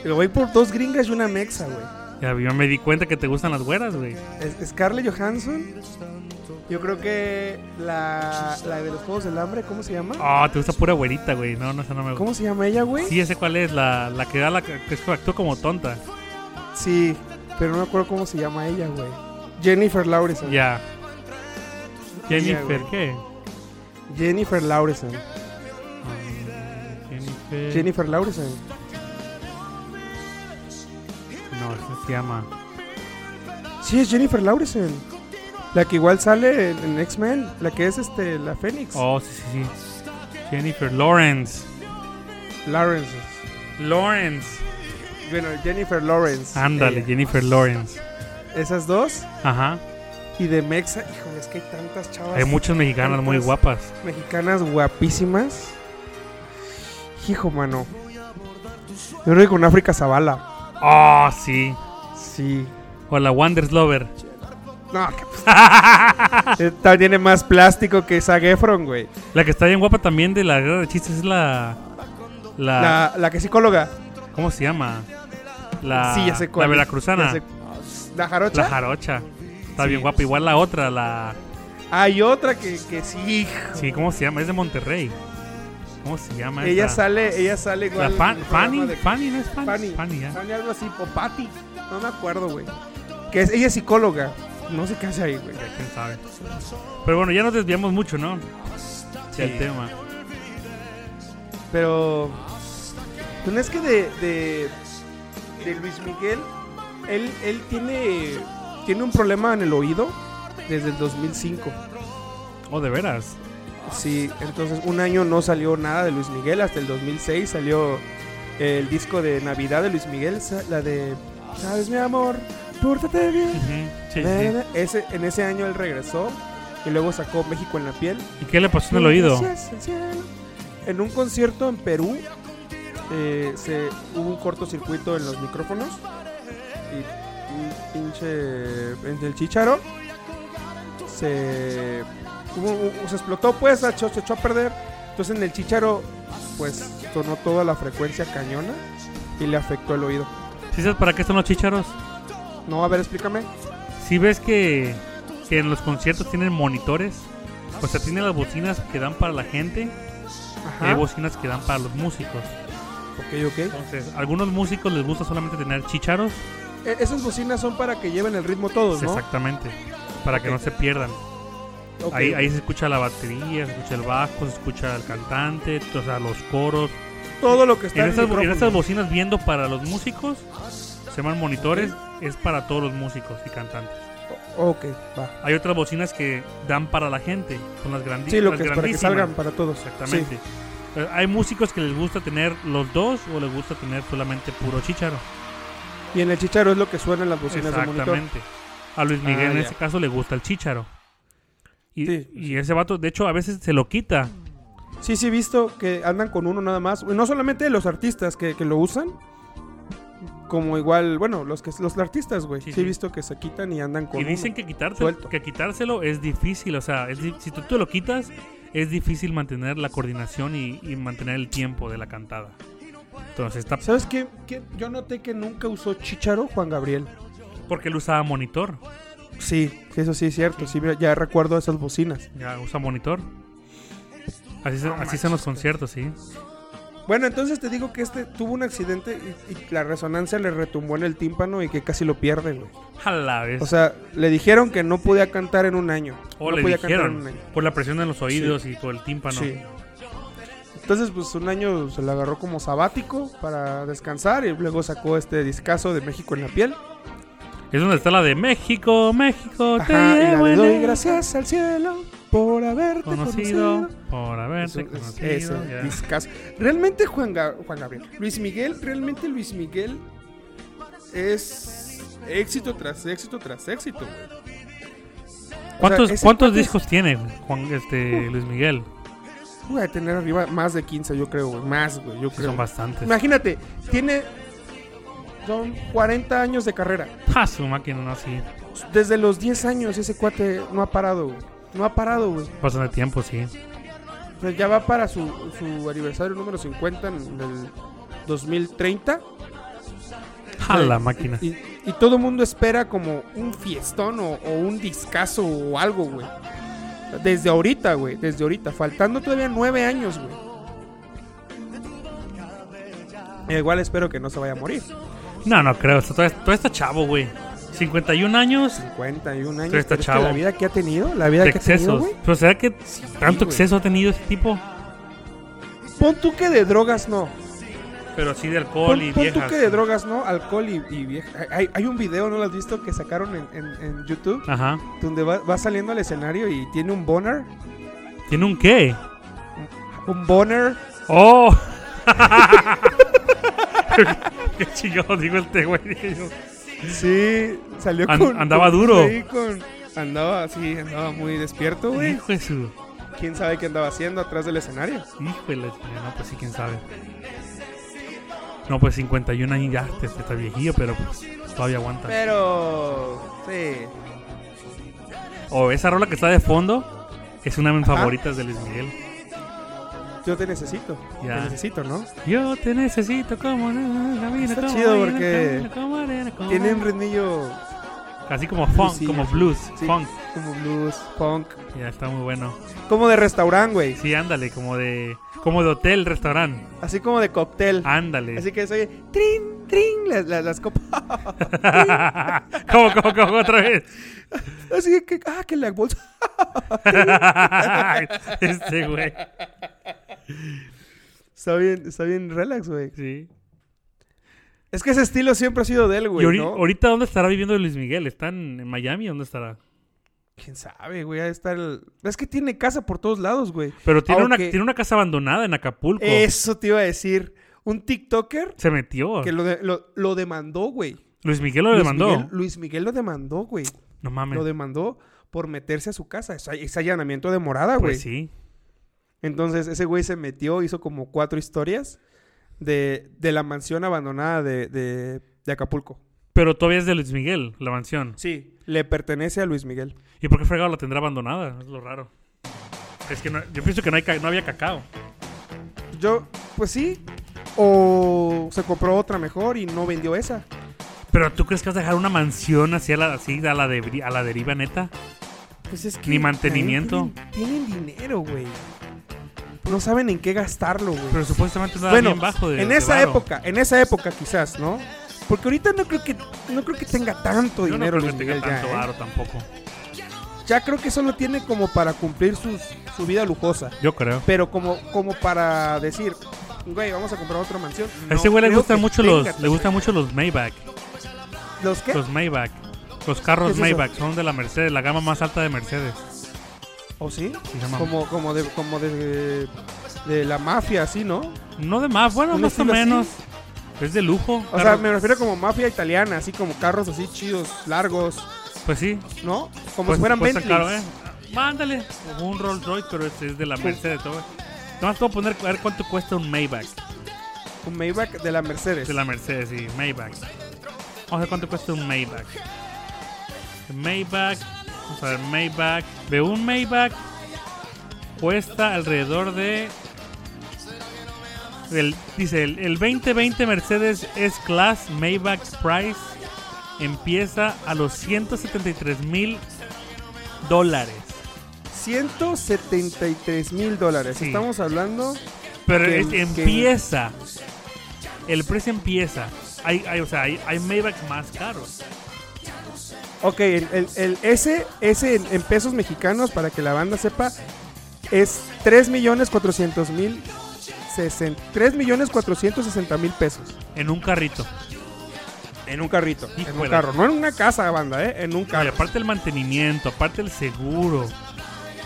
Lo voy por dos gringas y una mexa, güey. Ya, yo me di cuenta que te gustan las güeras, güey. Es- Scarlett Johansson. Yo creo que la, la de los Juegos del Hambre, ¿cómo se llama? Ah, te gusta pura güerita, güey. No, no, esa no me gusta. ¿Cómo se llama ella, güey? Sí, ese cuál es, la, la que da la que que actúa como tonta. Sí, pero no me acuerdo cómo se llama ella, güey. Jennifer Lawrence. Ya. Jennifer, güey. ¿qué? Jennifer Lawrence. Mm, Jennifer. Jennifer Lawrence. No, esa se llama. Sí, es Jennifer Lawrence. La que igual sale en, en X-Men. La que es este, la Fénix. Oh, sí, sí, sí. Jennifer Lawrence. Lawrence. Lawrence. Bueno, Jennifer Lawrence. Ándale, Ella. Jennifer Lawrence. Esas dos. Ajá. Y de Mexa. Híjole, es que hay tantas chavas. Hay muchas mexicanas muy tantas guapas. Mexicanas guapísimas. Hijo, mano. Yo creo que con África Zavala. Oh, sí. Sí. O la Wonders Lover. No, que pues, esta tiene más plástico que Zac Efron, güey. La que está bien guapa también de la guerra de chistes es la. La. La, la que es psicóloga. ¿Cómo se llama? La. sí, ya sé Ah, cuál. La veracruzana. Ya sé- ¿La jarocha? La jarocha. Está Sí. bien guapa. Igual la otra, la. Hay otra que, que sí. hijo. Sí, ¿cómo se llama? Es de Monterrey. ¿Cómo se llama? Ella esa? sale, ella sale igual. La Fan- en el programa Fanny. de- Fanny, ¿no es Fanny? ¿eh? Fanny. ya. Fanny algo así, o Patty. No me acuerdo, güey. Que es, ella es psicóloga. No se casa ahí, güey. Ya, ¿Quién sabe? Pero bueno, ya nos desviamos mucho, ¿no? Del tema. Pero. Pero es que de, de. de Luis Miguel. Él, él tiene. Tiene un problema en el oído. Desde el 2005. Oh, de veras. Sí, entonces un año no salió nada de Luis Miguel, hasta el 2006 salió el disco de Navidad de Luis Miguel, sa- la de Sabes mi amor, pórtate bien. Ujú. Sí, Na, na, sí. na. Ese, en ese año él regresó y luego sacó México en la piel. ¿Y qué le pasó en el oído? En un concierto en Perú eh, se, hubo un cortocircuito en los micrófonos y un pinche en el chicharo se hubo- hubo- se explotó pues se echó, se echó a perder entonces en el chicharo pues sonó toda la frecuencia cañona y le afectó el oído ¿Sí sabes para qué están los chicharos? no a ver explícame Si ves que, que en los conciertos tienen monitores, o sea, tienen las bocinas que dan para la gente y hay ajá ok bocinas que dan para los músicos. ok E- Entonces, a algunos músicos les gusta solamente tener chicharos, E, esas bocinas son para que lleven el ritmo todos Pues, no exactamente, para que Ok. no se pierdan. Ok. Ahí, ahí se escucha la batería, se escucha el bajo, se escucha el cantante, o sea, los coros. todo lo que está En en, el estas, en micrófono. estas bocinas viendo para los músicos, se llaman monitores, es para todos los músicos y cantantes. ok va Hay otras bocinas que dan para la gente, son las, grandi- Sí, lo las que es para que grandísimas. salgan para todos. Exactamente. Eh, Hay músicos que les gusta tener los dos o les gusta tener solamente puro chicharo. Sí, Y en el chicharo es lo que suenan las bocinas del monitor. Exactamente. A Luis Miguel Ah, en ya. ese caso le gusta el chícharo. Y, Sí. y ese vato, de hecho, a veces se lo quita. Sí, sí, he visto que andan con uno nada más. No solamente los artistas que, que lo usan. Como igual, bueno, los que los artistas, güey. Sí, Sí, sí. he visto que se quitan y andan con Y dicen uno. que, quitarte- Suelto. que quitárselo es difícil. O sea, es di- si tú te lo quitas, es difícil mantener la coordinación y, y mantener el tiempo de la cantada. Entonces está. ¿Sabes qué? qué? Yo noté que nunca usó chicharo Juan Gabriel. Porque él usaba monitor. Sí, sí, eso sí es cierto. Sí, mira, ya recuerdo esas bocinas. Ya usa monitor. Así, se, así son los conciertos, sí. Bueno, entonces te digo que este tuvo un accidente y, y la resonancia le retumbó en el tímpano y que casi lo pierde, güey. A la vez. O sea, le dijeron que no podía cantar en un año. O no le podía cantar en dijeron un año. por la presión en los oídos y por el tímpano. Sí. Entonces, pues un año se lo agarró como sabático para descansar y luego sacó este discazo de México en la piel. Es donde está la de México, México, te Ajá, y la llevo de en doy el gracias al cielo por haberte conocido, conocido. por Es haberte un- es- conocido. ese ya. discazo. Realmente Juan, Ga- Juan Gabriel. Luis Miguel, realmente Luis Miguel es éxito tras éxito tras éxito, güey. ¿Cuántos, ese cuántos cuate es- discos tiene Juan este Luis Miguel? Voy a tener arriba más de 15, yo creo, güey. Más, güey, yo Sí, creo. son bastantes. Imagínate, tiene... Son 40 años de carrera. Ah, su máquina, no, sí. Desde los 10 años ese cuate no ha parado, güey. No ha parado, güey. Bastante tiempo, sí. O sea, ya va para su, su aniversario número 50 en el 2030. A la máquina. Y, y todo el mundo espera como un fiestón o, o un discazo o algo, güey. Desde ahorita, güey. Desde ahorita. Faltando todavía 9 años, güey. E Igual espero que no se vaya a morir. No, no creo. Está, todavía, todavía está chavo, güey. 51 años 51 años. Pero está pero es que chavo. la vida que ha tenido, la vida de que ha tenido, excesos. güey. Pero ¿será que tanto güey. exceso ha tenido ese tipo? Pon tú que de drogas no. Pero sí de alcohol Pon, y pon viejas. tú que de drogas, ¿no? Alcohol y, y vieja. Hay, hay un video, ¿no lo has visto? Que sacaron en, en- en YouTube. Ajá. Donde va, va saliendo al escenario y tiene un boner. ¿Tiene un qué? Un boner. ¡Oh! Qué chingado digo este güey. dije yo. Sí, salió An- con. andaba con- duro. sí, con- andaba, sí, andaba muy despierto, güey. Hijo de su. ¿Quién sabe qué andaba haciendo atrás del escenario? Hijo de la chingada, No, pues sí, quién sabe. No, pues 51 años ya te- te está viejillo, pero pues todavía aguanta. Pero. Sí. O Oh, esa rola que está de fondo es una de mis Ajá. favoritas de Luis Miguel. Yo te necesito. Ya. Te necesito, ¿no? Yo te necesito como no, camina Está como chido arena, porque camina como arena, como Tiene un arena. ritmillo. Así como funk, bluesillo, como blues, sí, funk. Como blues, funk. Ya está muy bueno. Como de restaurante, güey. Sí, ándale, como de como de hotel, restaurante. Así como de cóctel. Ah, Ándale. Así que soy trin, trin, las, las, las copas. ¿Cómo, cómo, cómo otra vez? Así que, ah, que la bolsa. este güey. Está bien, está bien relax, güey. Sí. Es que ese estilo siempre ha sido de él, ¿Y güey, ahori- ¿no? ahorita dónde estará viviendo Luis Miguel? ¿Está en, en Miami? ¿Dónde estará? ¿Quién sabe, güey? Ha de estar el- Es que tiene casa por todos lados, güey. Pero tiene, una, Aunque- tiene una casa abandonada en Acapulco. Eso te iba a decir. Un TikToker Se metió. que lo, de- lo, lo demandó, güey. Luis Miguel lo Luis demandó. Miguel- Luis Miguel lo demandó, güey. No mames. Lo demandó por meterse a su casa. Es, es allanamiento de morada, güey. Pues sí. Entonces, ese güey se metió, hizo como cuatro historias de, de la mansión abandonada de, de, de Acapulco. Pero todavía es de Luis Miguel, la mansión. Sí. Le pertenece a Luis Miguel. ¿Y por qué fregado la tendrá abandonada? Es lo raro. Es que no- yo pienso que no, hay ca- no había cacao. Yo, pues sí. O se compró otra mejor y no vendió esa. Pero ¿tú crees que vas a dejar una mansión así a la, así a la, debri- a la deriva neta? Pues es que. Ni mantenimiento. también Tienen, tienen dinero, güey. No saben en qué gastarlo, güey. Pero supuestamente andaba Bueno, bien bajo de en de esa varo. época, en esa época quizás, ¿no? Porque ahorita no creo que no creo que tenga tanto Yo no dinero creo que Luis tenga Miguel tanto ya, ¿eh? varo tampoco. Ya creo que solo tiene como para cumplir sus, su vida lujosa. Yo creo. Pero como, como para decir, güey, vamos a comprar otra mansión. A ese no güey le creo gustan que mucho tenga los, tanto. le gustan mucho los Maybach. ¿Los qué? Los Maybach. Los ¿Qué carros es eso? Maybach son de la Mercedes, la gama más alta de Mercedes. ¿O sí? Sí, no mames. como como de como de, de la mafia así, ¿no? No de más, bueno, Un más o estilo así. menos. Es de lujo. O sea, carro- me refiero como mafia italiana, así como carros así chidos, largos, Pues sí. ¿no? Como pues, si fueran pues Bentleys. sacaron, ¿eh? Mándale. Como un Rolls Royce, pero este es de la Mercedes. Todo. Nomás te voy a poner a ver cuánto cuesta un Maybach. Un Maybach de la Mercedes. ¿eh? De la Mercedes, sí. Maybach. Vamos a ver cuánto cuesta un Maybach. Maybach. Vamos a ver, Maybach. De un Maybach cuesta alrededor de... del- dice, el, el 2020 Mercedes S-Class Maybach Price empieza a los 173 mil dólares. 173 mil dólares. Sí. Estamos hablando. Pero Que- es- que- empieza. El precio empieza. Hay, hay, o sea, hay, hay Maybach más caros. Ok, el, el, el- ese, ese en, en pesos mexicanos, para que la banda sepa, es 3 millones 400 mil. 3 millones 460 mil pesos. En un carrito. En un carrito. En un Híjole. carro. No en una casa, banda, ¿eh? En un No, y carro. aparte el mantenimiento, aparte el seguro.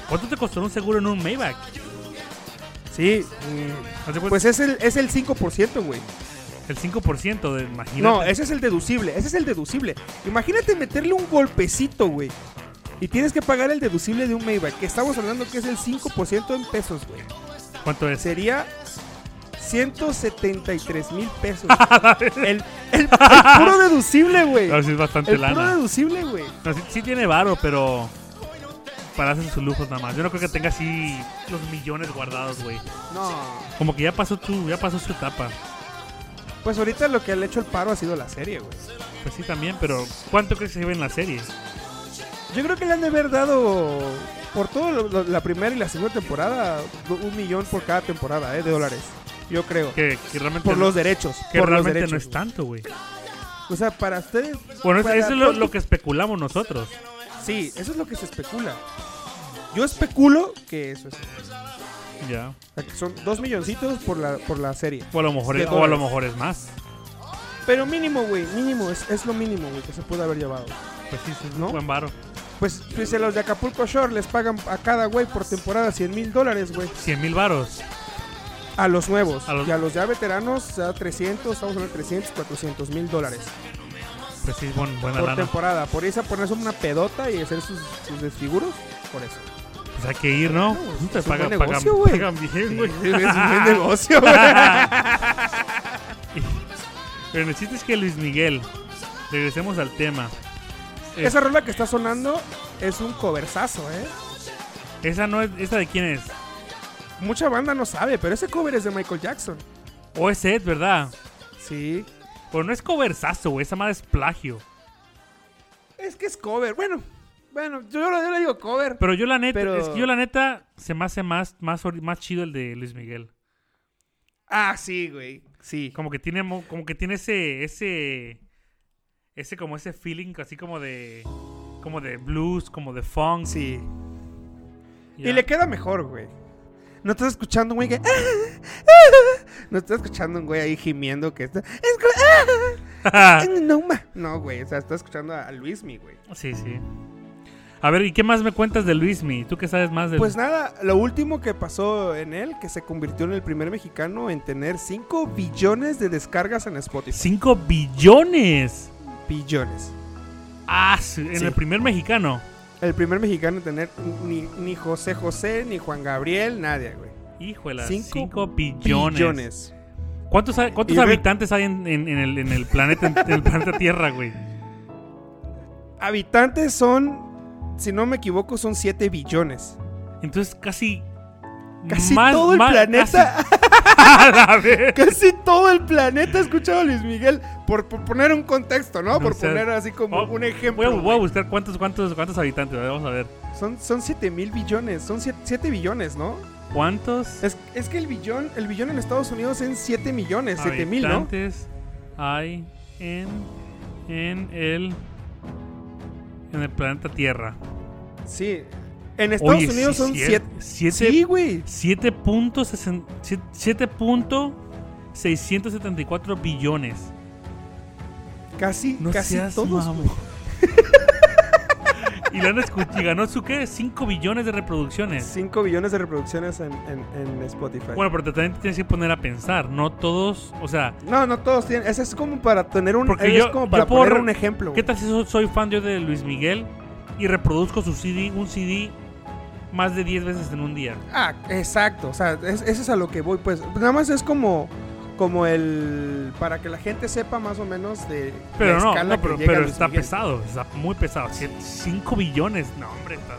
¿Cuánto te costó un seguro en un Maybach? Sí. mm, Haz de cuenta, Pues es el, es el 5%, güey. el 5% de, imagínate. No, ese es el deducible, ese es el deducible. Imagínate meterle un golpecito, güey. Y tienes que pagar el deducible de un Maybach, que estamos hablando que es el 5% en pesos, güey. ¿Cuánto es? Sería 173 mil pesos. el, el- el puro deducible, güey. No, sí es bastante El puro lana. deducible, güey. No, sí, sí tiene varo, pero para hacer sus lujos nada más. Yo no creo que tenga así los millones guardados, güey. No. Como que ya pasó tu, ya pasó su etapa. Pues ahorita lo que le ha hecho el paro ha sido la serie, güey. Pues sí también, pero ¿cuánto crees que se lleva en la serie? Yo creo que le han de haber dado, por todo lo- lo- la primera y la segunda temporada, un millón por cada temporada, ¿eh? De dólares. Yo creo. Que, que realmente por no- los derechos. que por los realmente no derechos. es tanto, güey. O sea, para ustedes. Bueno, eso para- eso es lo, lo que especulamos nosotros. Sí, eso es lo que se especula. Yo especulo que eso es. O Ya. sea, que son dos milloncitos por la, por la serie. O a lo mejor De es, o a lo dólares. mejor es más. Pero mínimo, güey, mínimo. Es, es lo mínimo, güey, que se puede haber llevado. Pues sí, sí, es ¿No? un buen varo. Pues, pues a los de Acapulco Shore les pagan a cada güey por temporada 100 mil dólares, güey. 100 mil varos. A los nuevos. A los- Y a los ya veteranos, a 300, estamos hablando de 300, 400 mil dólares. Pues sí, buen- buena Por lana. temporada. Por eso ponerse una pedota y hacer sus, sus desfiguros. Por eso. Pues hay que ir, ¿no? No, Puta, es un pagan- buen pagan- negocio, güey. pagan bien, güey. Es un buen negocio, güey. Pero el chiste es que Luis Miguel, regresemos al tema. Eh, Esa rola que está sonando es un coversazo, ¿eh? Esa no es, ¿esa de quién es? Mucha banda no sabe, pero ese cover es de Michael Jackson. O es Ed, ¿verdad? Sí. Pero no es coversazo, güey. Esa madre es plagio. Es que es cover. Bueno, bueno, yo, yo le digo cover. Pero yo la neta, Pero- es que yo la neta se me hace más, más, ori- más chido el de Luis Miguel. Ah, sí, güey. Sí. Como que tiene, mo- como que tiene ese, ese, ese como ese feeling así como de, como de blues, como de funk. Sí. ya. Y le queda mejor, güey. No estás escuchando un güey que... "Ah, No estás escuchando un güey ahí gimiendo que está... Ah. No, ma. No, güey. O sea, estás escuchando a Luismi, güey. Sí, sí. A ver, ¿y qué más me cuentas de Luismi? ¿Tú qué sabes más de Pues nada, lo último que pasó en él, que se convirtió en el primer mexicano en tener 5 billones de descargas en Spotify. 5 billones. Billones. Ah, su- en Sí. el primer mexicano. El primer mexicano en tener ni, ni José José, ni Juan Gabriel, nadie, güey. Híjole, Cinco 5 billones. ¿Cuántos, hay- cuántos Y yo creo- habitantes hay en, en- en el, en el planeta, en, el planeta Tierra, güey? Habitantes son, si no me equivoco, son 7 billones. Entonces casi... Casi todo el planeta, casi- a la vez. casi todo el planeta ha escuchado a Luis Miguel. Por, por poner un contexto, ¿no? No por sé. poner así como Oh, un Voy a, ejemplo. voy a buscar cuántos, cuántos, cuántos habitantes. a ver, Vamos a ver. Son, son 7 mil billones, son 7 billones, ¿no? ¿Cuántos Es, es que el billón, el billón en Estados Unidos es 7 millones, 7 mil, ¿no? habitantes hay en, en el... En el planeta Tierra. Sí. En Estados Oye, Unidos sí, son cier- 7. siete- Sí, güey. 7.60 siete- 7.674 billones. Casi, No casi seas todos. mamón. Y lo han escuchado. Y ganó su qué? 5 billones de reproducciones. 5 billones de reproducciones en, en- en Spotify. Bueno, pero te- también te tienes que poner a pensar. No todos. O sea, no, no todos tienen. Ese es como para tener un. Porque es yo- como para yo puedo poner re- un ejemplo. ¿qué güey. tal si so- soy fan yo de Luis Miguel y reproduzco su CD, un CD más de 10 veces en un día? Ah, exacto. O sea, es- eso es a lo que voy. Pues nada más es como. Como el. Para que la gente sepa más o menos de. Pero la no, escala no, pero, que llega pero Luis está Miguel. pesado, está muy pesado. 5 billones, no, hombre, está,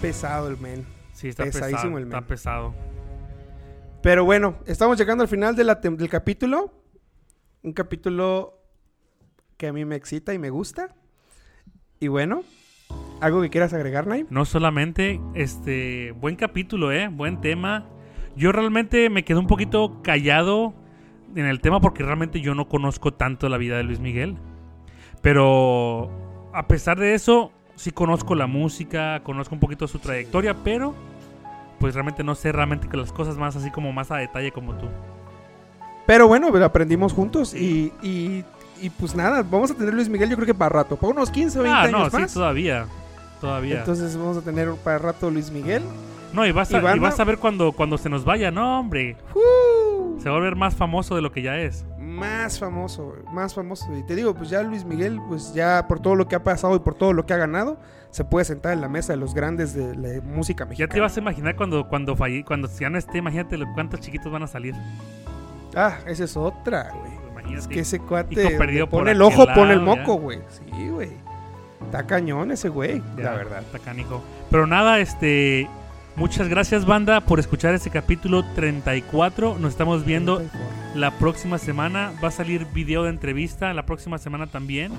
Pesado el men. sí, está Pesadísimo pesado. el Está men. pesado. Pero bueno, estamos llegando al final de la tem- del capítulo. Un capítulo que a mí me excita y me gusta. Y bueno, ¿algo que quieras agregar, Naim? No solamente, este, buen capítulo, ¿eh? Buen tema. Yo realmente me quedé un poquito callado en el tema porque realmente yo no conozco tanto la vida de Luis Miguel. Pero a pesar de eso, sí conozco la música, conozco un poquito su trayectoria, pero pues realmente no sé realmente que las cosas más así como más a detalle como tú. Pero bueno, pues, aprendimos juntos y, y- y, pues nada, vamos a tener Luis Miguel yo creo que para rato, para unos 15 o 20 Ah, no, años más. sí, todavía. Todavía. Entonces vamos a tener para rato Luis Miguel. no, y vas, a, y van y vas a- a ver cuando, cuando se nos vaya. No, hombre. ¡Uh! Se va a volver más famoso de lo que ya es. Más famoso, güey, más famoso. Y te digo, pues ya Luis Miguel, pues ya por todo lo que ha pasado y por todo lo que ha ganado, se puede sentar en la mesa de los grandes de la música Ya mexicana. te vas a imaginar cuando, cuando falle- cuando ya no esté, imagínate lo- cuántos chiquitos van a salir. Pues Ah, esa es otra, güey. Imagínate. Es que ese Y cuate con donde perdido por pone el aquel ojo, pone el lado, ya. moco, güey. Sí, güey. Está cañón ese güey, Ya, la verdad. Está canijo. Pero nada, este. Muchas gracias, banda, por escuchar este capítulo 34. Nos estamos viendo la próxima semana. Va a salir video de entrevista la próxima semana también.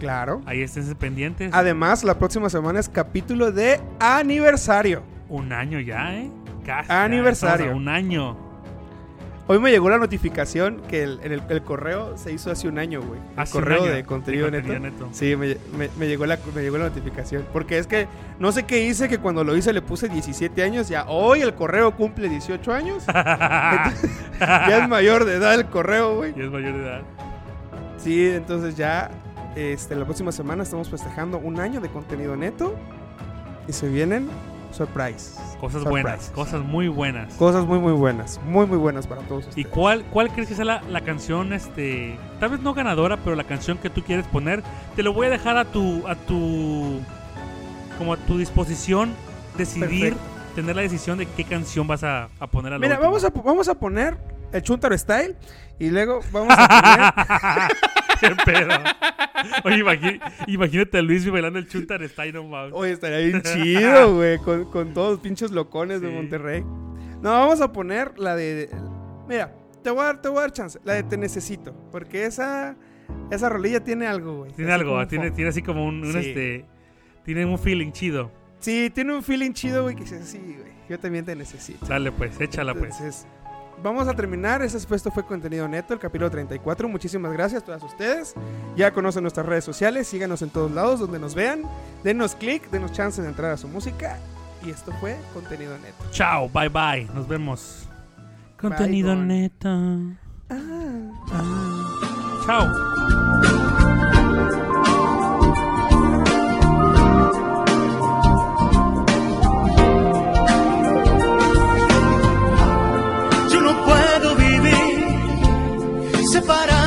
Claro. Ahí estén pendientes. Además, la próxima semana es capítulo de aniversario. Un año ya, ¿eh? Casi. ya, Aniversario. estamos a Un año. Hoy me llegó la notificación que el, en el- el correo se hizo hace un año, güey. El Hace un correo año, de contenido, de neto. contenido neto. Sí, me, me- me llegó la, me llegó la notificación. Porque es que no sé qué hice, que cuando lo hice le puse 17 años. Ya hoy el correo cumple 18 años. ya es mayor de edad el correo, güey. Y es mayor de edad. Sí, entonces ya este, la próxima semana estamos festejando un año de contenido neto y se vienen surprise. Cosas buenas, cosas muy buenas. Cosas muy muy buenas, muy muy buenas para todos ¿Y ustedes. cuál, cuál crees que sea la, la canción, este, tal vez no ganadora, pero la canción que tú quieres poner? Te lo voy a dejar a tu, a tu, como a tu disposición decidir, tener la decisión de qué canción vas a, a poner a la Mira, última. vamos a, po- vamos a poner el Chuntaro Style y luego vamos a poner... Qué pedo. Oye, imagi- imagínate a Luis bailando el chuntar style, no mames. Oye, estaría bien chido, güey, con, con todos los pinches locones de Sí. Monterrey. No, vamos a poner la de... Mira, te voy a dar, te voy a dar chance, la de Te Necesito, porque esa... Esa rolilla tiene algo, güey. Tiene Así algo, ah, como tiene, funk. tiene así como un, un, Sí. este, tiene un feeling chido. Sí, tiene un feeling chido, güey, que dice, sí, güey, yo también te necesito. Dale pues, échala pues. Entonces, vamos a terminar. Ese esto fue Contenido Neto, el capítulo 34. Muchísimas gracias a todas ustedes. Ya conocen nuestras redes sociales, síganos en todos lados donde nos vean. Denos click, denos chance de entrar a su música. Y esto fue Contenido Neto. Chao, bye bye, nos vemos. Contenido Gon. neto. Chao. Yo no puedo vivir separado.